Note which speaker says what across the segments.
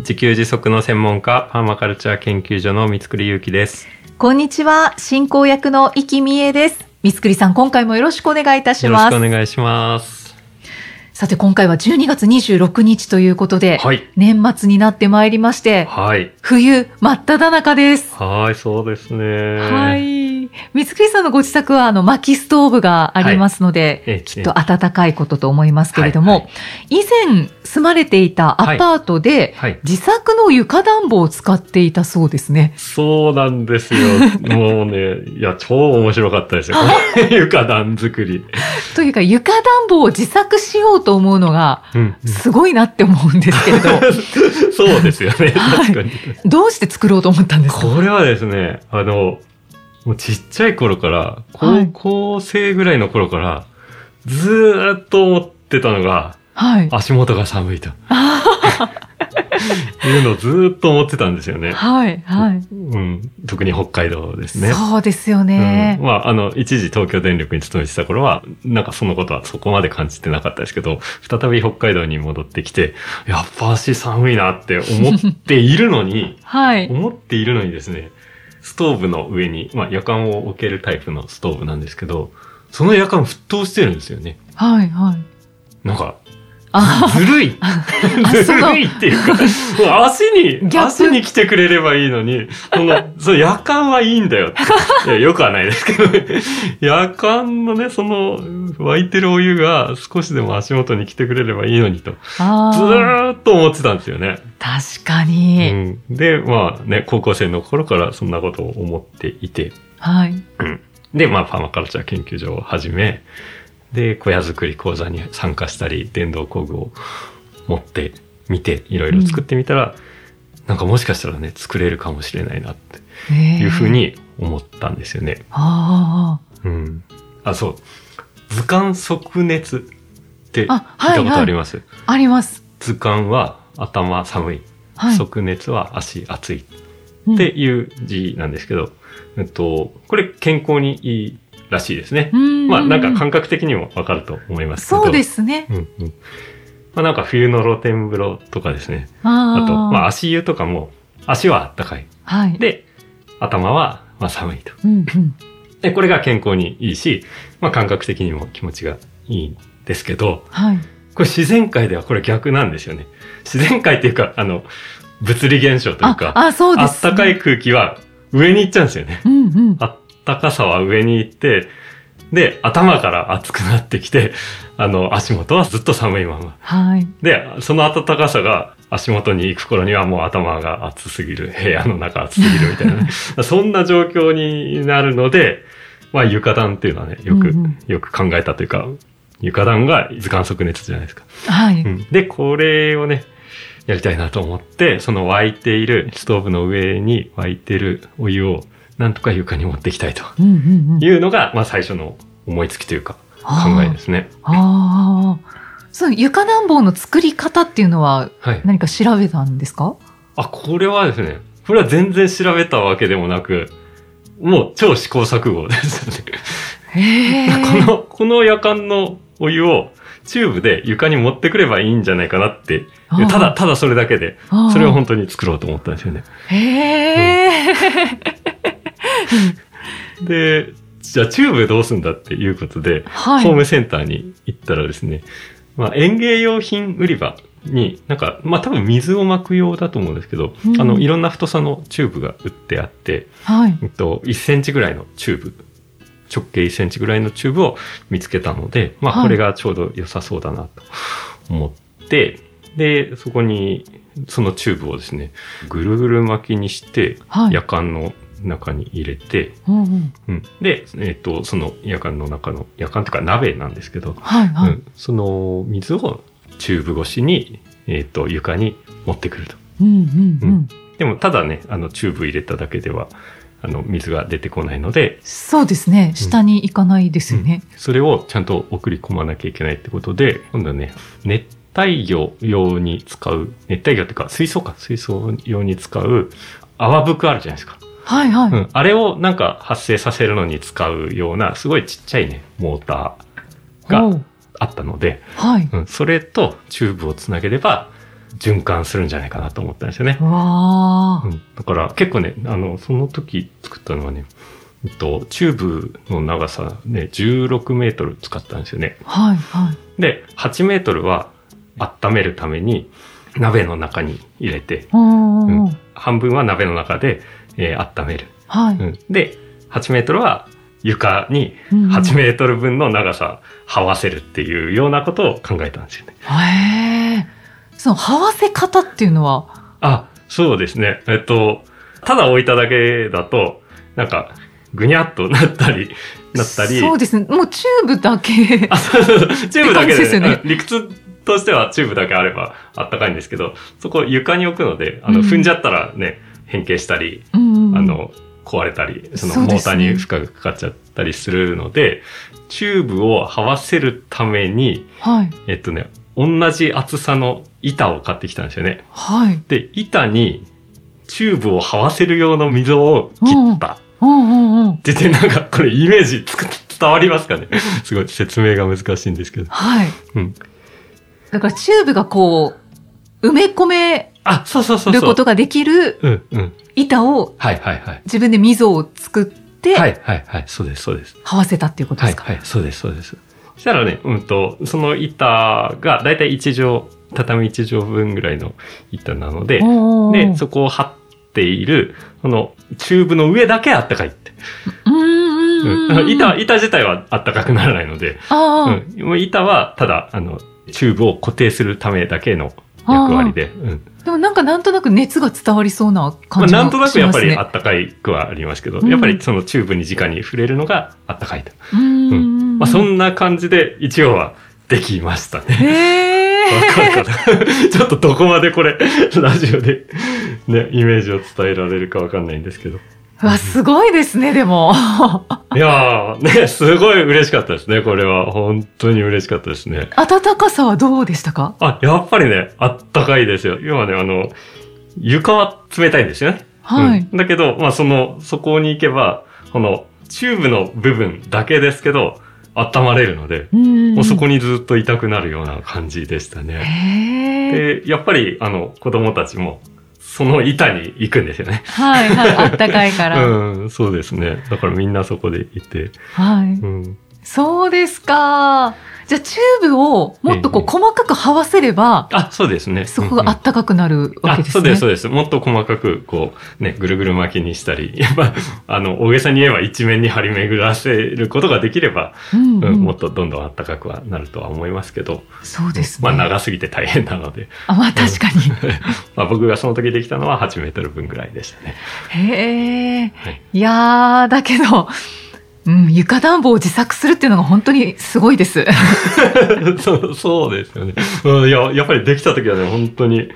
Speaker 1: 自給自足の専門家、パーマカルチャー研究所の三栗祐樹です。
Speaker 2: こんにちは進行役の生きみえです三栗さん今回もよろしくお願いいたし
Speaker 1: よろ
Speaker 2: ま
Speaker 1: しく
Speaker 2: す
Speaker 1: お願いします。
Speaker 2: さて今回は12月26日ということで、
Speaker 1: はい。
Speaker 2: 年末になってまいりまして
Speaker 1: はい。
Speaker 2: 冬真っ只中です
Speaker 1: はい、そうですね。
Speaker 2: は。い。三栗さんのご自宅は、あの、薪ストーブがありますので、
Speaker 1: ええ
Speaker 2: きっと暖かいことと思いますけれども、
Speaker 1: はい
Speaker 2: 以前住まれていたアパートで、
Speaker 1: はい。
Speaker 2: 自作の床暖房を使っていたそうですね。
Speaker 1: そうなんで すよ。もうね、いや、超面白かったですよ。床暖作り。
Speaker 2: というか、床暖房を自作しようと思うのが、
Speaker 1: うん。
Speaker 2: すごいなって思うんですけれど、
Speaker 1: そうですよね。
Speaker 2: はい
Speaker 1: 確かに。
Speaker 2: どうして作ろうと思ったんですか
Speaker 1: これはですね、あの、もうちっちゃい頃から、
Speaker 2: は
Speaker 1: 高
Speaker 2: い
Speaker 1: 校生ぐらいの頃から、ずーっと思ってたのが、
Speaker 2: はい。
Speaker 1: 足元が寒 いと。いうのをずーっと思ってたんですよね。
Speaker 2: はい、はい。
Speaker 1: うん、特に北海道ですね。
Speaker 2: そうですよね、
Speaker 1: うん、。まあ、あの、一時東京電力に勤めてた頃は、なんかそのことはそこまで感じてなかったですけど、再び北海道に戻ってきて、やっぱ足寒いなって思っているのに
Speaker 2: はい。
Speaker 1: 思っているのにですね、ストーブの上に、まあ、夜間を置けるタイプのストーブなんですけど、その夜間沸騰してるんですよね。
Speaker 2: はい、はい。
Speaker 1: なんか、
Speaker 2: あ
Speaker 1: ずるいず
Speaker 2: その
Speaker 1: るいっていうか、もう足
Speaker 2: ギ
Speaker 1: に、
Speaker 2: ャップ
Speaker 1: 足に来てくれればいいのに、その、その夜間はいいんだよ って。いや、よくはないですけどね。夜間のね、その、沸いてるお湯が少しでも足元に来てくれればいいのにと、ず
Speaker 2: あー。
Speaker 1: ーっと思ってたんですよね。
Speaker 2: 確か
Speaker 1: う
Speaker 2: に。
Speaker 1: ん、で、まあね、高校生の頃からそんなことを思っていて、
Speaker 2: はい。
Speaker 1: で、まあ、パーマカルチャー研究所を始め、で、小屋作り講座に参加したり、電動工具を持ってみて、いろいろ作ってみたら、なんかもしかしたらね、作れるかもしれないなって
Speaker 2: ねえ
Speaker 1: いうふう。に思ったんですよね。
Speaker 2: あ
Speaker 1: うん。あ、そう。図鑑即熱って聞い
Speaker 2: あはい
Speaker 1: たことあります。
Speaker 2: あ、あります。
Speaker 1: 図鑑は頭寒い、
Speaker 2: はい。
Speaker 1: 即熱は足熱い
Speaker 2: うん
Speaker 1: っていう字なんですけど、えっと、これ健康にいいらしいですね。
Speaker 2: うん
Speaker 1: まあなんか感覚的にもわかると思いますけど。。
Speaker 2: そうですすね。
Speaker 1: うんうん。まあなんか冬の露天風呂とかですね。
Speaker 2: あ
Speaker 1: あ
Speaker 2: ー
Speaker 1: と、まあ足湯とかも、足はあったかい。
Speaker 2: はい。
Speaker 1: で、頭はまあ寒いと。
Speaker 2: うんうん。
Speaker 1: で、これが健康にいいし、まあ感覚的にも気持ちがいいんですけど、
Speaker 2: はい。
Speaker 1: これ自然界ではこれ逆なんですよね。自然界っていうか、あの、物理現象という
Speaker 2: あ
Speaker 1: か、、
Speaker 2: あ、そう
Speaker 1: あ
Speaker 2: で
Speaker 1: っ
Speaker 2: すね。
Speaker 1: たかい空気は上に行っちゃうんですよね。
Speaker 2: うんうん。
Speaker 1: あったかさは上に行って、で、頭から熱くなってきて、 あの、足元はずっと寒いまま。
Speaker 2: はい。
Speaker 1: で、その暖かさが足元に行く頃にはもう頭が熱すぎる、部屋の中熱すぎるみた いなね、そんな状況になるので、まあ床暖っていうのはね、よく、
Speaker 2: うんうん
Speaker 1: よく考えたというか、床暖が図鑑即熱じゃないですか。
Speaker 2: はい。
Speaker 1: うんで、これをね、やりたいなと思って、その沸いている、ストーブの上に沸いてるお湯を、なんとか床に持っていきたいと
Speaker 2: うんうんうん。。
Speaker 1: いうのが、まあ最初の思いつきというか、考えですすね。
Speaker 2: ああ。そう、床暖房の作り方っていうのは
Speaker 1: はい。
Speaker 2: 何か調べたんですか
Speaker 1: あ、これはですね、これは全然調べたわけでもなく、もう超試行錯誤ですよね。
Speaker 2: へえ。
Speaker 1: この、この夜間のお湯をチューブで床に持ってくればいいんじゃないかなって、
Speaker 2: あー
Speaker 1: ただ、、ただそれだけで、
Speaker 2: あー
Speaker 1: それを本当に作ろうと思ったんですよね。
Speaker 2: へえ。
Speaker 1: で、じゃあチューブどうすんだっていうことで、
Speaker 2: はい
Speaker 1: ホー。ムセンターに行ったらですね、まあ、園芸用品売り場に、なんか、まあ、多分水をまく用だと思うんですけど、
Speaker 2: うん
Speaker 1: あの、いろんな太さのチューブが売ってあって、
Speaker 2: はい。
Speaker 1: えっと、1センチぐらいのチューブ、直径1センチぐらいのチューブを見つけたので、ま
Speaker 2: は
Speaker 1: あ、
Speaker 2: い
Speaker 1: これがちょうど良さそうだなと思って、で、そこに、そのチューブをですね、ぐるぐる巻きにして、
Speaker 2: はい
Speaker 1: 夜間の中に入れて、
Speaker 2: うんうん。
Speaker 1: うん、で、えっと、その夜間の中の、夜間というか鍋なんですけど、
Speaker 2: はい。
Speaker 1: う
Speaker 2: はい。
Speaker 1: ん、その水をチューブ越しに、えっと床に持ってくると。
Speaker 2: うんうんうん。
Speaker 1: でもただね、あのチューブ入れただけでは、あの水が出てこないので、
Speaker 2: そうですね。下に行かないですよね。
Speaker 1: それをちゃんと送り込まなきゃいけないってことで、今度はね、熱帯魚用に使う、熱帯魚っていうか、水槽か、水槽用に使う泡袋あるじゃないですか。
Speaker 2: はいはい。
Speaker 1: うん、あれをなんか発生させるのに使うような、すごいちっちゃいね、モーター
Speaker 2: お
Speaker 1: が
Speaker 2: う
Speaker 1: あったので、
Speaker 2: はい。
Speaker 1: うん、それとチューブをつなげれば循環するんじゃないかなと思ったんですよね。
Speaker 2: わ
Speaker 1: う
Speaker 2: あ。
Speaker 1: ん、だから結構ね、あの、その時作ったのはね、えっと、チューブの長さね、16メートル使ったんですよね。
Speaker 2: はいはい。
Speaker 1: で、8メートルは温めるために鍋の中に入れて、
Speaker 2: おー
Speaker 1: うん半分は鍋の中で、えー温める。
Speaker 2: はい。
Speaker 1: うん、で、8メートルは床に
Speaker 2: うん
Speaker 1: 8メートル分の長さ、這わせるっていうようなことを考えたんですよね。
Speaker 2: へえ。その、這わせ方っていうのは、
Speaker 1: あ、そうですね。えっと、ただ置いただけだと、なんか、ぐにゃっとなった り、なったり。
Speaker 2: そうですね。もうチューブだけ。
Speaker 1: あ、そうそうそう。 チューブだけ
Speaker 2: って感じで
Speaker 1: です
Speaker 2: よ
Speaker 1: ね。
Speaker 2: ね
Speaker 1: うん理屈としてはチューブだけあればあったかいんですけど、そこ床に置くので、あの、
Speaker 2: うん
Speaker 1: 踏んじゃったらね、変形したり、
Speaker 2: うんうん
Speaker 1: あ、の、壊れたり、その
Speaker 2: そう
Speaker 1: モ
Speaker 2: で
Speaker 1: ー
Speaker 2: す
Speaker 1: タ
Speaker 2: ね
Speaker 1: ーに負荷がかかっちゃったりするので、チューブを這わせるために、
Speaker 2: はい。
Speaker 1: えっとね、同じ厚さの板を買ってきたんですよね。
Speaker 2: はい。
Speaker 1: で、板にチューブを這わせる用の溝を切った。
Speaker 2: うんうんうん。
Speaker 1: で、で、なんか、これイメージつく伝わりま すかねすごい説明が難しいんですけど。
Speaker 2: はい。
Speaker 1: うん。
Speaker 2: だからチューブがこう、埋め込め
Speaker 1: あ、そうそうそう
Speaker 2: る
Speaker 1: そ
Speaker 2: こ
Speaker 1: う。
Speaker 2: とができる
Speaker 1: うんうん。
Speaker 2: 板を
Speaker 1: はいはいはい。
Speaker 2: 自分で溝を作って、
Speaker 1: はいはいはい。そうですそうです。
Speaker 2: 這わせたっていうこと
Speaker 1: は
Speaker 2: で
Speaker 1: い
Speaker 2: すか。
Speaker 1: はい。そうですそうです。そしたらね、うんと、その板がだいたい1畳、畳1畳分ぐらいの板なので、
Speaker 2: おー
Speaker 1: で、そこを張っている、その、チューブの上だけあったかいって。
Speaker 2: うんうんうんうん
Speaker 1: うん、板、板自体はあったかくならないので、
Speaker 2: ああ、
Speaker 1: うん、もう板はただあのチューブを固定するためだけの役割で、うん
Speaker 2: でもなんかなんとなく熱が伝わりそうな
Speaker 1: まあ、
Speaker 2: 感じが
Speaker 1: な
Speaker 2: し
Speaker 1: んと
Speaker 2: ま
Speaker 1: な
Speaker 2: す
Speaker 1: く
Speaker 2: ね。
Speaker 1: やっぱりあったかいくはありますけど、
Speaker 2: うん
Speaker 1: やっぱりそのチューブに直に触れるのがあったかいと、
Speaker 2: うんうんうん。
Speaker 1: まあ、そんな感じで一応はできましたね。
Speaker 2: へ
Speaker 1: わ
Speaker 2: え。
Speaker 1: かるかなちょっとどこまでこれラジオで、ね、イメージを伝えられるかわかんないんですけど
Speaker 2: うわ、すごいですね、でも。
Speaker 1: いやーねすごい嬉しかったですねこれは本当に嬉しかったですね
Speaker 2: 暖かさはどうでしたか
Speaker 1: あ、やっぱりね、あったかいですよ。要はね、あの、床は冷たいんですよね。
Speaker 2: はい。
Speaker 1: うんだけど、まあ、その、そこに行けば、この、チューブの部分だけですけど、温まれるので、
Speaker 2: うん
Speaker 1: もうそこにずっといたくなるような感じでしたね。
Speaker 2: へえ。
Speaker 1: で、やっぱり、あの、子供たちも、その板に行くんですよね。
Speaker 2: はいはい。あったかいから。
Speaker 1: うん、そうですね。だからみんなそこでいて、
Speaker 2: はい。
Speaker 1: うん。
Speaker 2: そうですか。じゃあ、チューブをもっとこう
Speaker 1: ええ
Speaker 2: 細かく這わせれば、
Speaker 1: あ、そうですね。
Speaker 2: そこがあったかくなるわけですね。
Speaker 1: あそうです、そうです。もっと細かく、こう、ね、ぐるぐる巻きにしたり、や っぱ、あの、大げさに言えば一面に張り巡らせることができれば、
Speaker 2: うん
Speaker 1: う
Speaker 2: うんん
Speaker 1: もっとどんどん暖かくはなるとは思いますけど、
Speaker 2: そうですね。
Speaker 1: まあ、長すぎて大変なので、
Speaker 2: あまあ、確かに。
Speaker 1: まあ、僕がその時できたのは8メートル分ぐらいでしたね。
Speaker 2: へえ。
Speaker 1: はい。
Speaker 2: いやー、だけど、うん、床暖房を自作するっていうのが本当にすごいです。
Speaker 1: そうそうですよね、うん。いや、やっぱりできた時はね、本当に、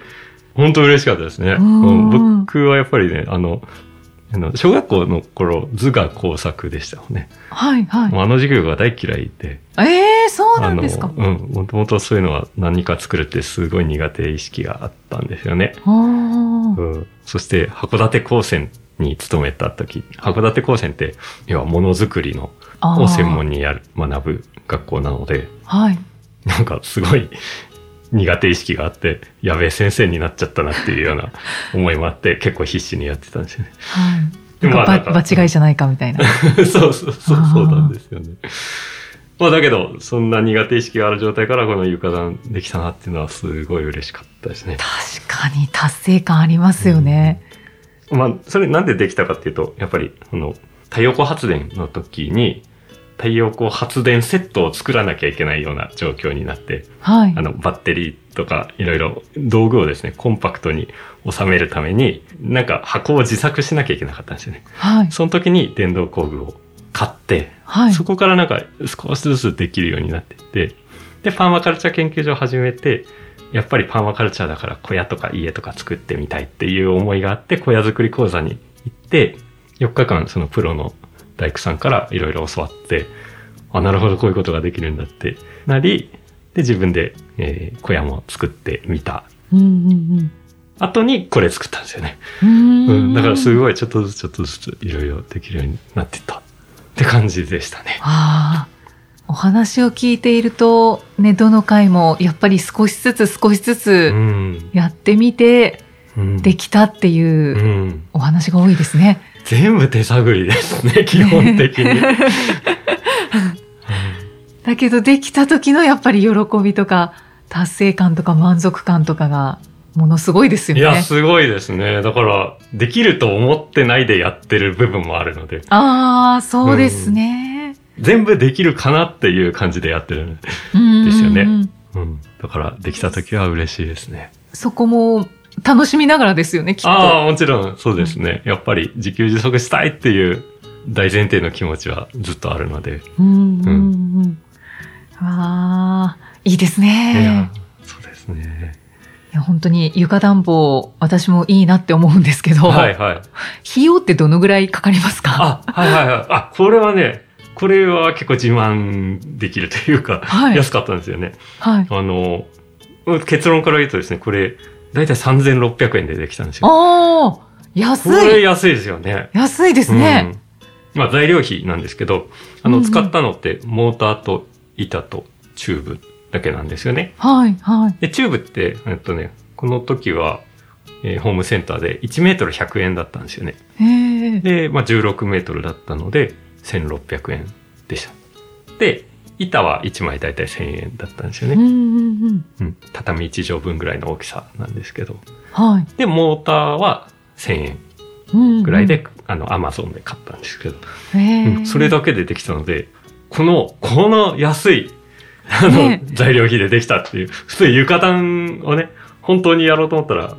Speaker 1: 本当嬉しかったですね。
Speaker 2: う
Speaker 1: うんん、僕はやっぱりね、あの、あの小学校の頃、図画工作でしたもんね。
Speaker 2: はいはい。
Speaker 1: もうあの授業が大嫌いで、
Speaker 2: ええそうな
Speaker 1: あ
Speaker 2: ん
Speaker 1: の
Speaker 2: ですか。
Speaker 1: うん、もともとそういうのは何か作るってすごい苦手意識があったんですよね。
Speaker 2: おー
Speaker 1: うん、そして函館高専に勤めた時、函館高専って要はものづくりの
Speaker 2: あー
Speaker 1: を専門にやる学ぶ学校なので、
Speaker 2: はい。
Speaker 1: なんかすごい苦手意識があって、やべえ先生になっちゃったなっていうよう な思いもあって、結構必死にやってたんですよね。
Speaker 2: はい。
Speaker 1: で
Speaker 2: なん
Speaker 1: まあ
Speaker 2: か
Speaker 1: なん
Speaker 2: ば、
Speaker 1: か
Speaker 2: 場違いじゃないかみたいな。
Speaker 1: そうそうそう、そう
Speaker 2: あー
Speaker 1: なんですよね。まあだけど、そんな苦手意識がある状態からこの床暖できたなっていうのはすごい嬉しかったですね。
Speaker 2: 確かに達成感ありますよね。
Speaker 1: まあ、それなんでできたかっていうと、やっぱり、あの、太陽光発電の時に、太陽光発電セットを作らなきゃいけないような状況になって、
Speaker 2: はい
Speaker 1: あ。の、バッテリーとかいろいろ道具をですね、コンパクトに収めるために、なんか箱を自作しなきゃいけなかったんですよね。
Speaker 2: はい。
Speaker 1: その時に電動工具を買って、
Speaker 2: はい。
Speaker 1: そこからなんか少しずつできるようになっていって、で、パーマカルチャー研究所を始めて、やっぱりパーマカルチャーだから小屋とか家とか作ってみたいっていう思いがあって、小屋作り講座に行って、4日間そのプロの大工さんからいろいろ教わって、あ、なるほどこういうことができるんだってなり、で、自分で、えー小屋も作ってみた
Speaker 2: うんうん
Speaker 1: 後にこれ作ったんですよね。
Speaker 2: うん。
Speaker 1: うん、だからす
Speaker 2: い。
Speaker 1: ごいちょっとずつちょっとずついろいろできるようになってったって感じでしたね。
Speaker 2: ああ。お話を聞いていると、ね、どの回もやっぱり少しずつ少しず
Speaker 1: う
Speaker 2: つ
Speaker 1: ん。
Speaker 2: やってみて
Speaker 1: うん。
Speaker 2: できたっていううんお話が多いですね。
Speaker 1: 全部手探りで すね、基本的に。うん
Speaker 2: だけどできた時のやっぱり喜びとか達成感とか満足感とかがものすごいですよ
Speaker 1: い
Speaker 2: ね。
Speaker 1: や、すごいですね。だから、できると思ってないでやってる部分もあるので、
Speaker 2: ああ、そうですね。
Speaker 1: 全部できるかなっていう感じでやってるので。
Speaker 2: うん
Speaker 1: ですよね
Speaker 2: うん
Speaker 1: うん。だから、できた時は嬉しいですね。
Speaker 2: そこも楽しみながらですよね、きっと。
Speaker 1: ああ、もちろんそうですね。やっぱり自給自足したいっていう大前提の気持ちはずっとあるので。
Speaker 2: うんうんうん。わあ、いいです
Speaker 1: いや
Speaker 2: ね。
Speaker 1: そうですね。
Speaker 2: いや本当に床暖房、私もいいなって思うんですけど、
Speaker 1: はいはい。
Speaker 2: 費用ってどのぐらいかかりますか
Speaker 1: あ、はいはいはい。あ、これはね、これは結構自慢できるというか、
Speaker 2: はい
Speaker 1: 安かったんですよね。
Speaker 2: はい。
Speaker 1: あの、うん結論から言うとですね、これ、だいたい3600円でできたんですよ。
Speaker 2: ああ、
Speaker 1: こ
Speaker 2: 安
Speaker 1: れ
Speaker 2: い。
Speaker 1: 安いですよね。
Speaker 2: 安いですね。
Speaker 1: うん。まあ材料費なんですけど、
Speaker 2: う
Speaker 1: あ
Speaker 2: ん
Speaker 1: の、
Speaker 2: うん
Speaker 1: 使ったのってモーターと板とチューブだけなんですよね。
Speaker 2: はい、はい。
Speaker 1: で、チューブって、えっとね、この時は、えーホームセンターで1メートル100円だったんですよね。
Speaker 2: へえ。
Speaker 1: で、まあ、16メートルだったので、1600円でした。で、板は1枚だいたい1000円だったんですよ
Speaker 2: うん
Speaker 1: ね。
Speaker 2: うんうん。
Speaker 1: うん、畳1畳分ぐらいの大きさなんですけど。
Speaker 2: はい。
Speaker 1: で、モーターは1000円
Speaker 2: うんうん
Speaker 1: ぐらいで、。あの、アマゾンで買ったんですけど、
Speaker 2: へえ
Speaker 1: うんそれだけでできたので、この、この安い、あの、
Speaker 2: ね
Speaker 1: 材料費でできたっていう、普通床暖をね、本当にやろうと思ったら、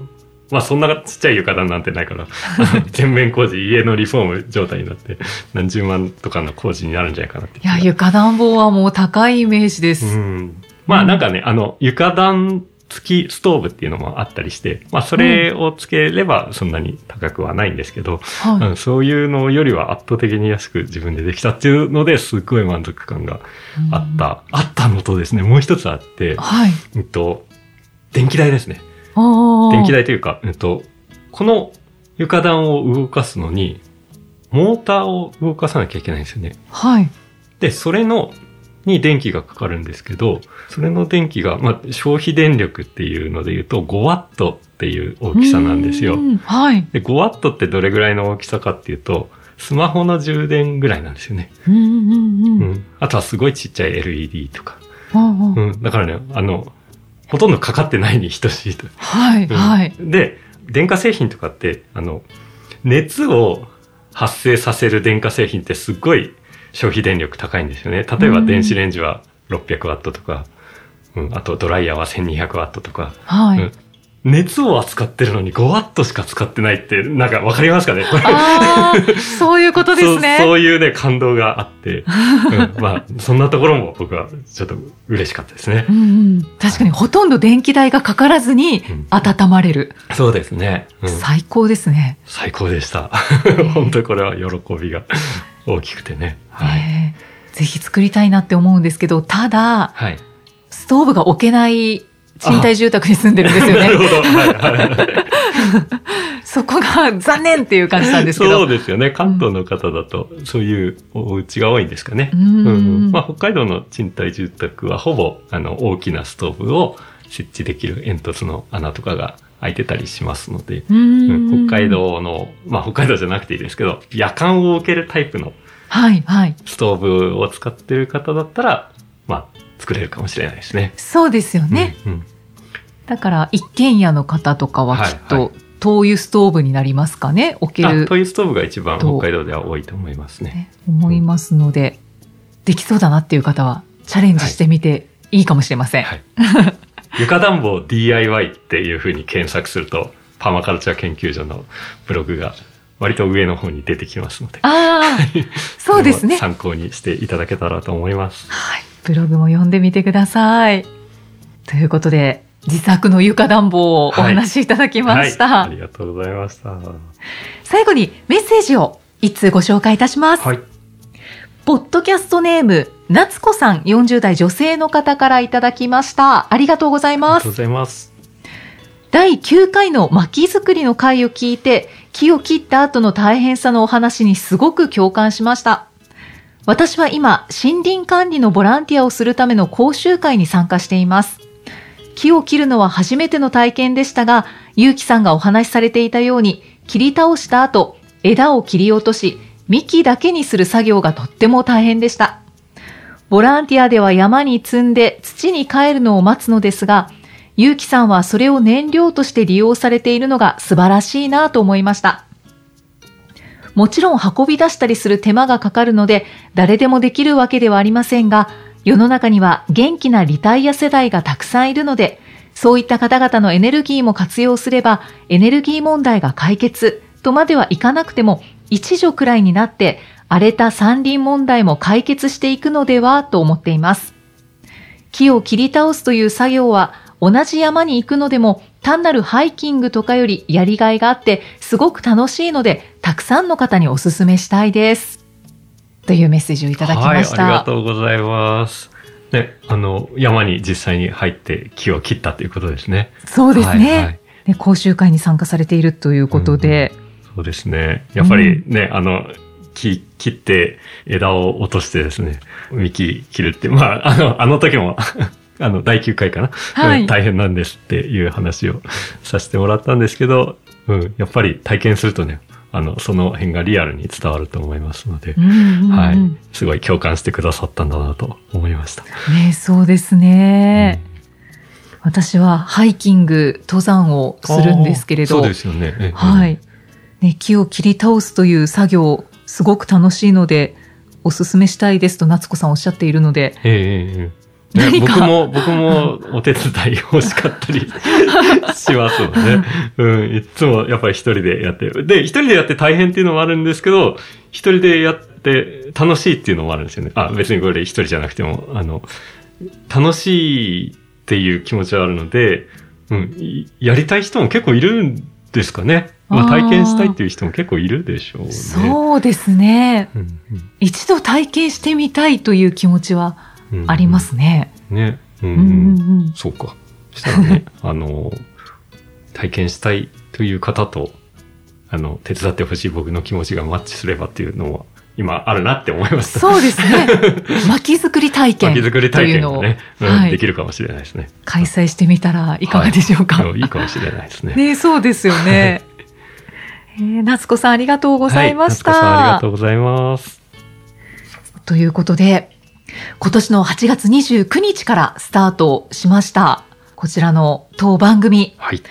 Speaker 1: まあそんなちっちゃい床暖なんてない から、あの全面工事、家のリフォーム状態になって、何十万とかの工事になるんじゃないかなって気
Speaker 2: い
Speaker 1: が。
Speaker 2: や、床暖房はもう高いイメージです。
Speaker 1: うん。まあなんかね、あの、床暖付きストーブっていうのもあったりして、まあそれをつければそんなに高くはないんですけど、
Speaker 2: は
Speaker 1: うんそういうのよりは圧倒的に安く自分でできたっていうのですごい満足感が
Speaker 2: い。うん
Speaker 1: あっ。た。あったのとですね、もう一つあって、
Speaker 2: はい。
Speaker 1: うんと、電気代ですね。
Speaker 2: おー
Speaker 1: 電気代というか、うんと、この床暖を動かすのに、モーターを動かさなきゃいけないんですよね。
Speaker 2: はい。
Speaker 1: で、それの、に電気がかかるんですけど、それの電気が、まあ、消費電力っていうので言うと、5ワットっていう大きさなんですよ。
Speaker 2: うんはい。
Speaker 1: で、5ワットってどれぐらいの大きさかっていうと、スマホの充電ぐらいなんですよね。
Speaker 2: うんうんう。
Speaker 1: うんん。あとはすごいちっちゃい LED とか。
Speaker 2: うんう
Speaker 1: うんん。だからね、あの、ほとんどかかってないに等しいと。
Speaker 2: はい。
Speaker 1: うん
Speaker 2: はい。
Speaker 1: で、電化製品とかって、あの、熱を発生させる電化製品ってすっごい消費電力高いんですよね。例えば
Speaker 2: うん
Speaker 1: 電子レンジは600ワットとか、うん、あとドライヤーは1200ワットとか、
Speaker 2: は
Speaker 1: う
Speaker 2: い
Speaker 1: ん。熱を扱ってるのに5ワットしか使ってないって、なんかわかりますかねこれ
Speaker 2: ああ、そういうことですね。
Speaker 1: そうそういうね、感動があって、うんまあ、そんなところも僕はちょっと嬉しかったですね
Speaker 2: う。んうん、確かにほとんど電気代がかからずに
Speaker 1: うん
Speaker 2: 温まれる、
Speaker 1: そうですね。うん
Speaker 2: 最高ですね、
Speaker 1: 最高でした。 本当にこれは喜びが大きくてね。はい。
Speaker 2: えーぜひ作りたいなって思うんですけどただ
Speaker 1: はい。
Speaker 2: ストーブが置けない賃貸住宅に住んでるんですよ
Speaker 1: なる
Speaker 2: ね
Speaker 1: ほど。はいはい
Speaker 2: そこが残念っていう感じなんですけど
Speaker 1: そうですよね。関東の方だと、そういうお家が多いんですかね。
Speaker 2: うん
Speaker 1: うんまあ、北海道の賃貸住宅はほぼあの大きなストーブを設置できる煙突の穴とかが開いてたりしますので、
Speaker 2: うん
Speaker 1: 北海道の、まあ、北海道じゃなくていいですけど、夜間を置けるタイプの
Speaker 2: はいはい
Speaker 1: ストーブを使ってる方だったら、まあ、作れるかもしれないですね。
Speaker 2: そうですよね、
Speaker 1: うん。うん
Speaker 2: だから一軒家の方とかはきっ
Speaker 1: はい
Speaker 2: と灯油ストーブになりますかね置け
Speaker 1: あ、
Speaker 2: る
Speaker 1: トイストーブが一番
Speaker 2: どう
Speaker 1: 北海道では多いと思いますね。
Speaker 2: ね思いますので、できそうだなっていう方はチャレンジしてみていいかもしれません、
Speaker 1: はい 床暖房 DIY っていうふうに検索すると、パーマカルチャー研究所のブログが割と上の方に出てきますので。
Speaker 2: ああ、そうですね。
Speaker 1: 参考にしていただけたらと思います。
Speaker 2: はい。ブログも読んでみてください。ということで、自作の床暖房をお話しいただきました。
Speaker 1: はい。ありがとうございました。
Speaker 2: 最後にメッセージを一通ご紹介いたします。
Speaker 1: はい。
Speaker 2: ポッドキャストネーム、夏子さん40代女性の方からいただきました。ありがとうござい
Speaker 1: あり
Speaker 2: ま
Speaker 1: がとう
Speaker 2: す
Speaker 1: ご。ざいます。
Speaker 2: 第9回の薪作りの回を聞いて、木を切った後の大変さのお話にすごく共感しました。私は今、森林管理のボランティアをするための講習会に参加しています。木を切るのは初めての体験でしたが、ゆうきさんがお話しされていたように、切り倒した後、枝を切り落とし、幹だけにする作業がとっても大変でした。ボランティアでは山に積んで土に帰るのを待つのですが、ゆうきさんはそれを燃料として利用されているのが素晴らしいなと思いました。もちろん運び出したりする手間がかかるので、誰でもできるわけではありませんが、世の中には元気なリタイア世代がたくさんいるので、そういった方々のエネルギーも活用すれば、エネルギー問題が解決とまではいかなくても、一助くらいになって、荒れた山林問題も解決していくのではと思っています。木を切り倒すという作業は同じ山に行くのでも単なるハイキングとかよりやりがいがあってすごく楽しいのでたくさんの方にお勧めしたいです。というメッセージをいただきました。
Speaker 1: はい、ありがとうございます。ね、あの、山に実際に入って木を切ったということですね。
Speaker 2: そうですね、
Speaker 1: はいはい
Speaker 2: ね講習会に参加されているということで、
Speaker 1: そうですね。やっぱりね、あの、木切って枝を落としてですね、幹切るって、まあ、あの、あの時も、 あの、第9回かな、
Speaker 2: はい
Speaker 1: うん大変なんですっていう話をさせてもらったんですけど、うん、やっぱり体験するとね、あの、その辺がリアルに伝わると思いますので、
Speaker 2: うんうんうん
Speaker 1: はい。すごい共感してくださったんだなと思いました。
Speaker 2: ねそうですね、私はハイキング登山をするんですけれ
Speaker 1: あー
Speaker 2: ど
Speaker 1: そうですよね。ええ
Speaker 2: はい。ね、木を切り倒すという作業、すごく楽しいので、おすすめしたいですと夏子さんおっしゃっているので、
Speaker 1: ええええええね
Speaker 2: 何
Speaker 1: 僕
Speaker 2: か
Speaker 1: も、僕もお手伝い欲し かったりしますので、うん、いつもやっぱり一人でやって、で、一人でやって大変っていうのもあるんですけど、一人でやって楽しいっていうのもあるんですよね。あ、別にこれ一人じゃなくても、あの、楽しいっていう気持ちはあるので、うん、いやりたい人も結構いるんですかね。まあ
Speaker 2: あー
Speaker 1: 体験したいっていう人も結構いるでしょうね。
Speaker 2: そうですね。
Speaker 1: うんうん
Speaker 2: 一度体験してみたいという気持ちは
Speaker 1: うんうん
Speaker 2: ありますね。
Speaker 1: ね。うん
Speaker 2: うん
Speaker 1: うん
Speaker 2: うんうん
Speaker 1: そうか。したらね、 あの、体験したいという方と、あの、手伝ってほしい僕の気持ちがマッチすればっていうのは、今あるなって思いました。
Speaker 2: そうです ね。薪作り体験
Speaker 1: 巻き作り
Speaker 2: と
Speaker 1: 体
Speaker 2: いう
Speaker 1: 験
Speaker 2: の
Speaker 1: が
Speaker 2: を
Speaker 1: ね、うん
Speaker 2: はい
Speaker 1: できるかもしれないですね。
Speaker 2: 開催してみたらいかがでしょうか。
Speaker 1: うんいいかもしれないですね。
Speaker 2: ね、そうですよね。えー夏子さんありがとうございました。
Speaker 1: はい夏子さんありがとうございます。
Speaker 2: ということで、今年の8月29日からスタートしました。こちらの当番組。
Speaker 1: はい。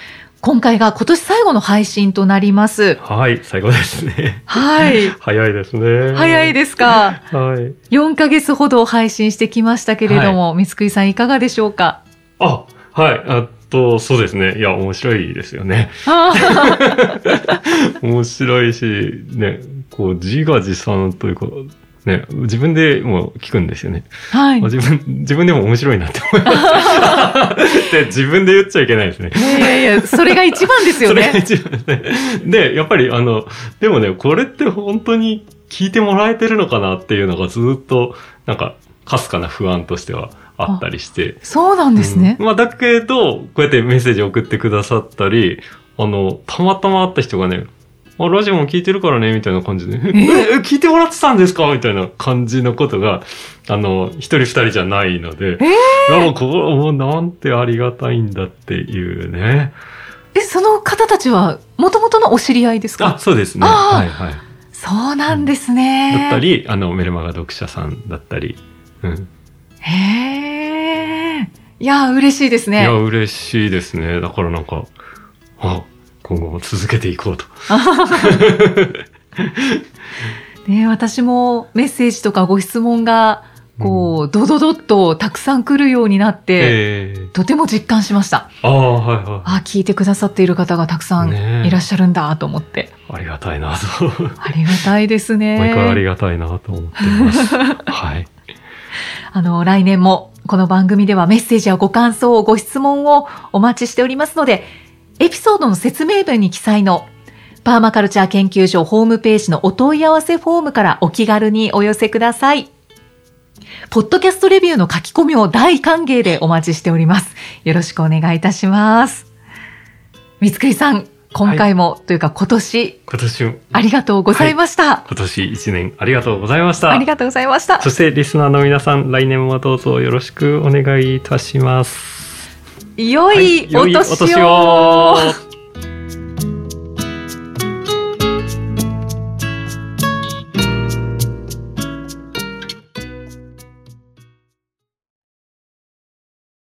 Speaker 2: 今回が今年最後の配信となります。
Speaker 1: はい、最後ですね。
Speaker 2: はい。
Speaker 1: 早いですね。
Speaker 2: 早いですか。
Speaker 1: す。はい。
Speaker 2: 4ヶ月ほど配信してきましたけれども、三つくりさんいかがでしょうか
Speaker 1: あ、はい、あと、そうですね。いや、面白いですよね。
Speaker 2: あ
Speaker 1: 面白いし、ね、こう、自画自賛というか、ね、自分でも聞くんですよね。
Speaker 2: ーはい。
Speaker 1: 自分、自分でも面白いなって思い ました。で、自分で言っちゃいけないですね。
Speaker 2: いやいやいや、それが一番ですよ
Speaker 1: それが
Speaker 2: ね。
Speaker 1: 一番ですね。で、やっぱりあの、でもね、これって本当に聞いてもらえてるのかなっていうのがずっと、なんか、かすかな不安としてはあったりして。
Speaker 2: そうなんですね
Speaker 1: う。んまあ、だけど、こうやってメッセージ送ってくださったり、あの、たまたま会った人がね、あ、ラジオも聞いてるからね、みたいな感じで、え、え聞いてもらってたんですかみたいな感じのことが、あの、一人二人じゃないので、いやもうここ、もうなんてありがたいんだっていうね。
Speaker 2: え、その方たちは、もともとのお知り合いです
Speaker 1: あ、
Speaker 2: か
Speaker 1: そうですね。
Speaker 2: あー
Speaker 1: はいはい。
Speaker 2: そうなんです
Speaker 1: だった
Speaker 2: ね。
Speaker 1: り、あの、メルマガ読者さんだったり、うん。
Speaker 2: へえ。いや、嬉しいです
Speaker 1: い
Speaker 2: ね
Speaker 1: や、。嬉しいですね。だからなんか、あ、今後も続けていこうと。
Speaker 2: ね、私もメッセージとかご質問が、こう、ドドドッとたくさん来るようになって、
Speaker 1: ええ
Speaker 2: とても実感しました。
Speaker 1: ああ、はいはい。
Speaker 2: あ聞いてくださっている方がたくさん
Speaker 1: ねえ
Speaker 2: いらっしゃるんだと思って、
Speaker 1: ありがたいなと。
Speaker 2: ありがたいですね。
Speaker 1: 毎回ありがたいなと思っています。はい。
Speaker 2: あの、来年もこの番組ではメッセージやご感想、ご質問をお待ちしておりますので、エピソードの説明文に記載のパーマカルチャー研究所ホームページのお問い合わせフォームからお気軽にお寄せください。ポッドキャストレビューの書き込みを大歓迎でお待ちしております。よろしくお願いいたします。三つくりさん、今回も、というか今年、
Speaker 1: 今年も、
Speaker 2: ありがとうございました。
Speaker 1: 今年1年ありがとうございました。
Speaker 2: ありがとうございました
Speaker 1: そ。してリスナーの皆さん、来年もどうぞよろしくお願いいたします。
Speaker 2: 良
Speaker 1: は
Speaker 2: お
Speaker 1: い
Speaker 2: 年を、
Speaker 1: 良いお年を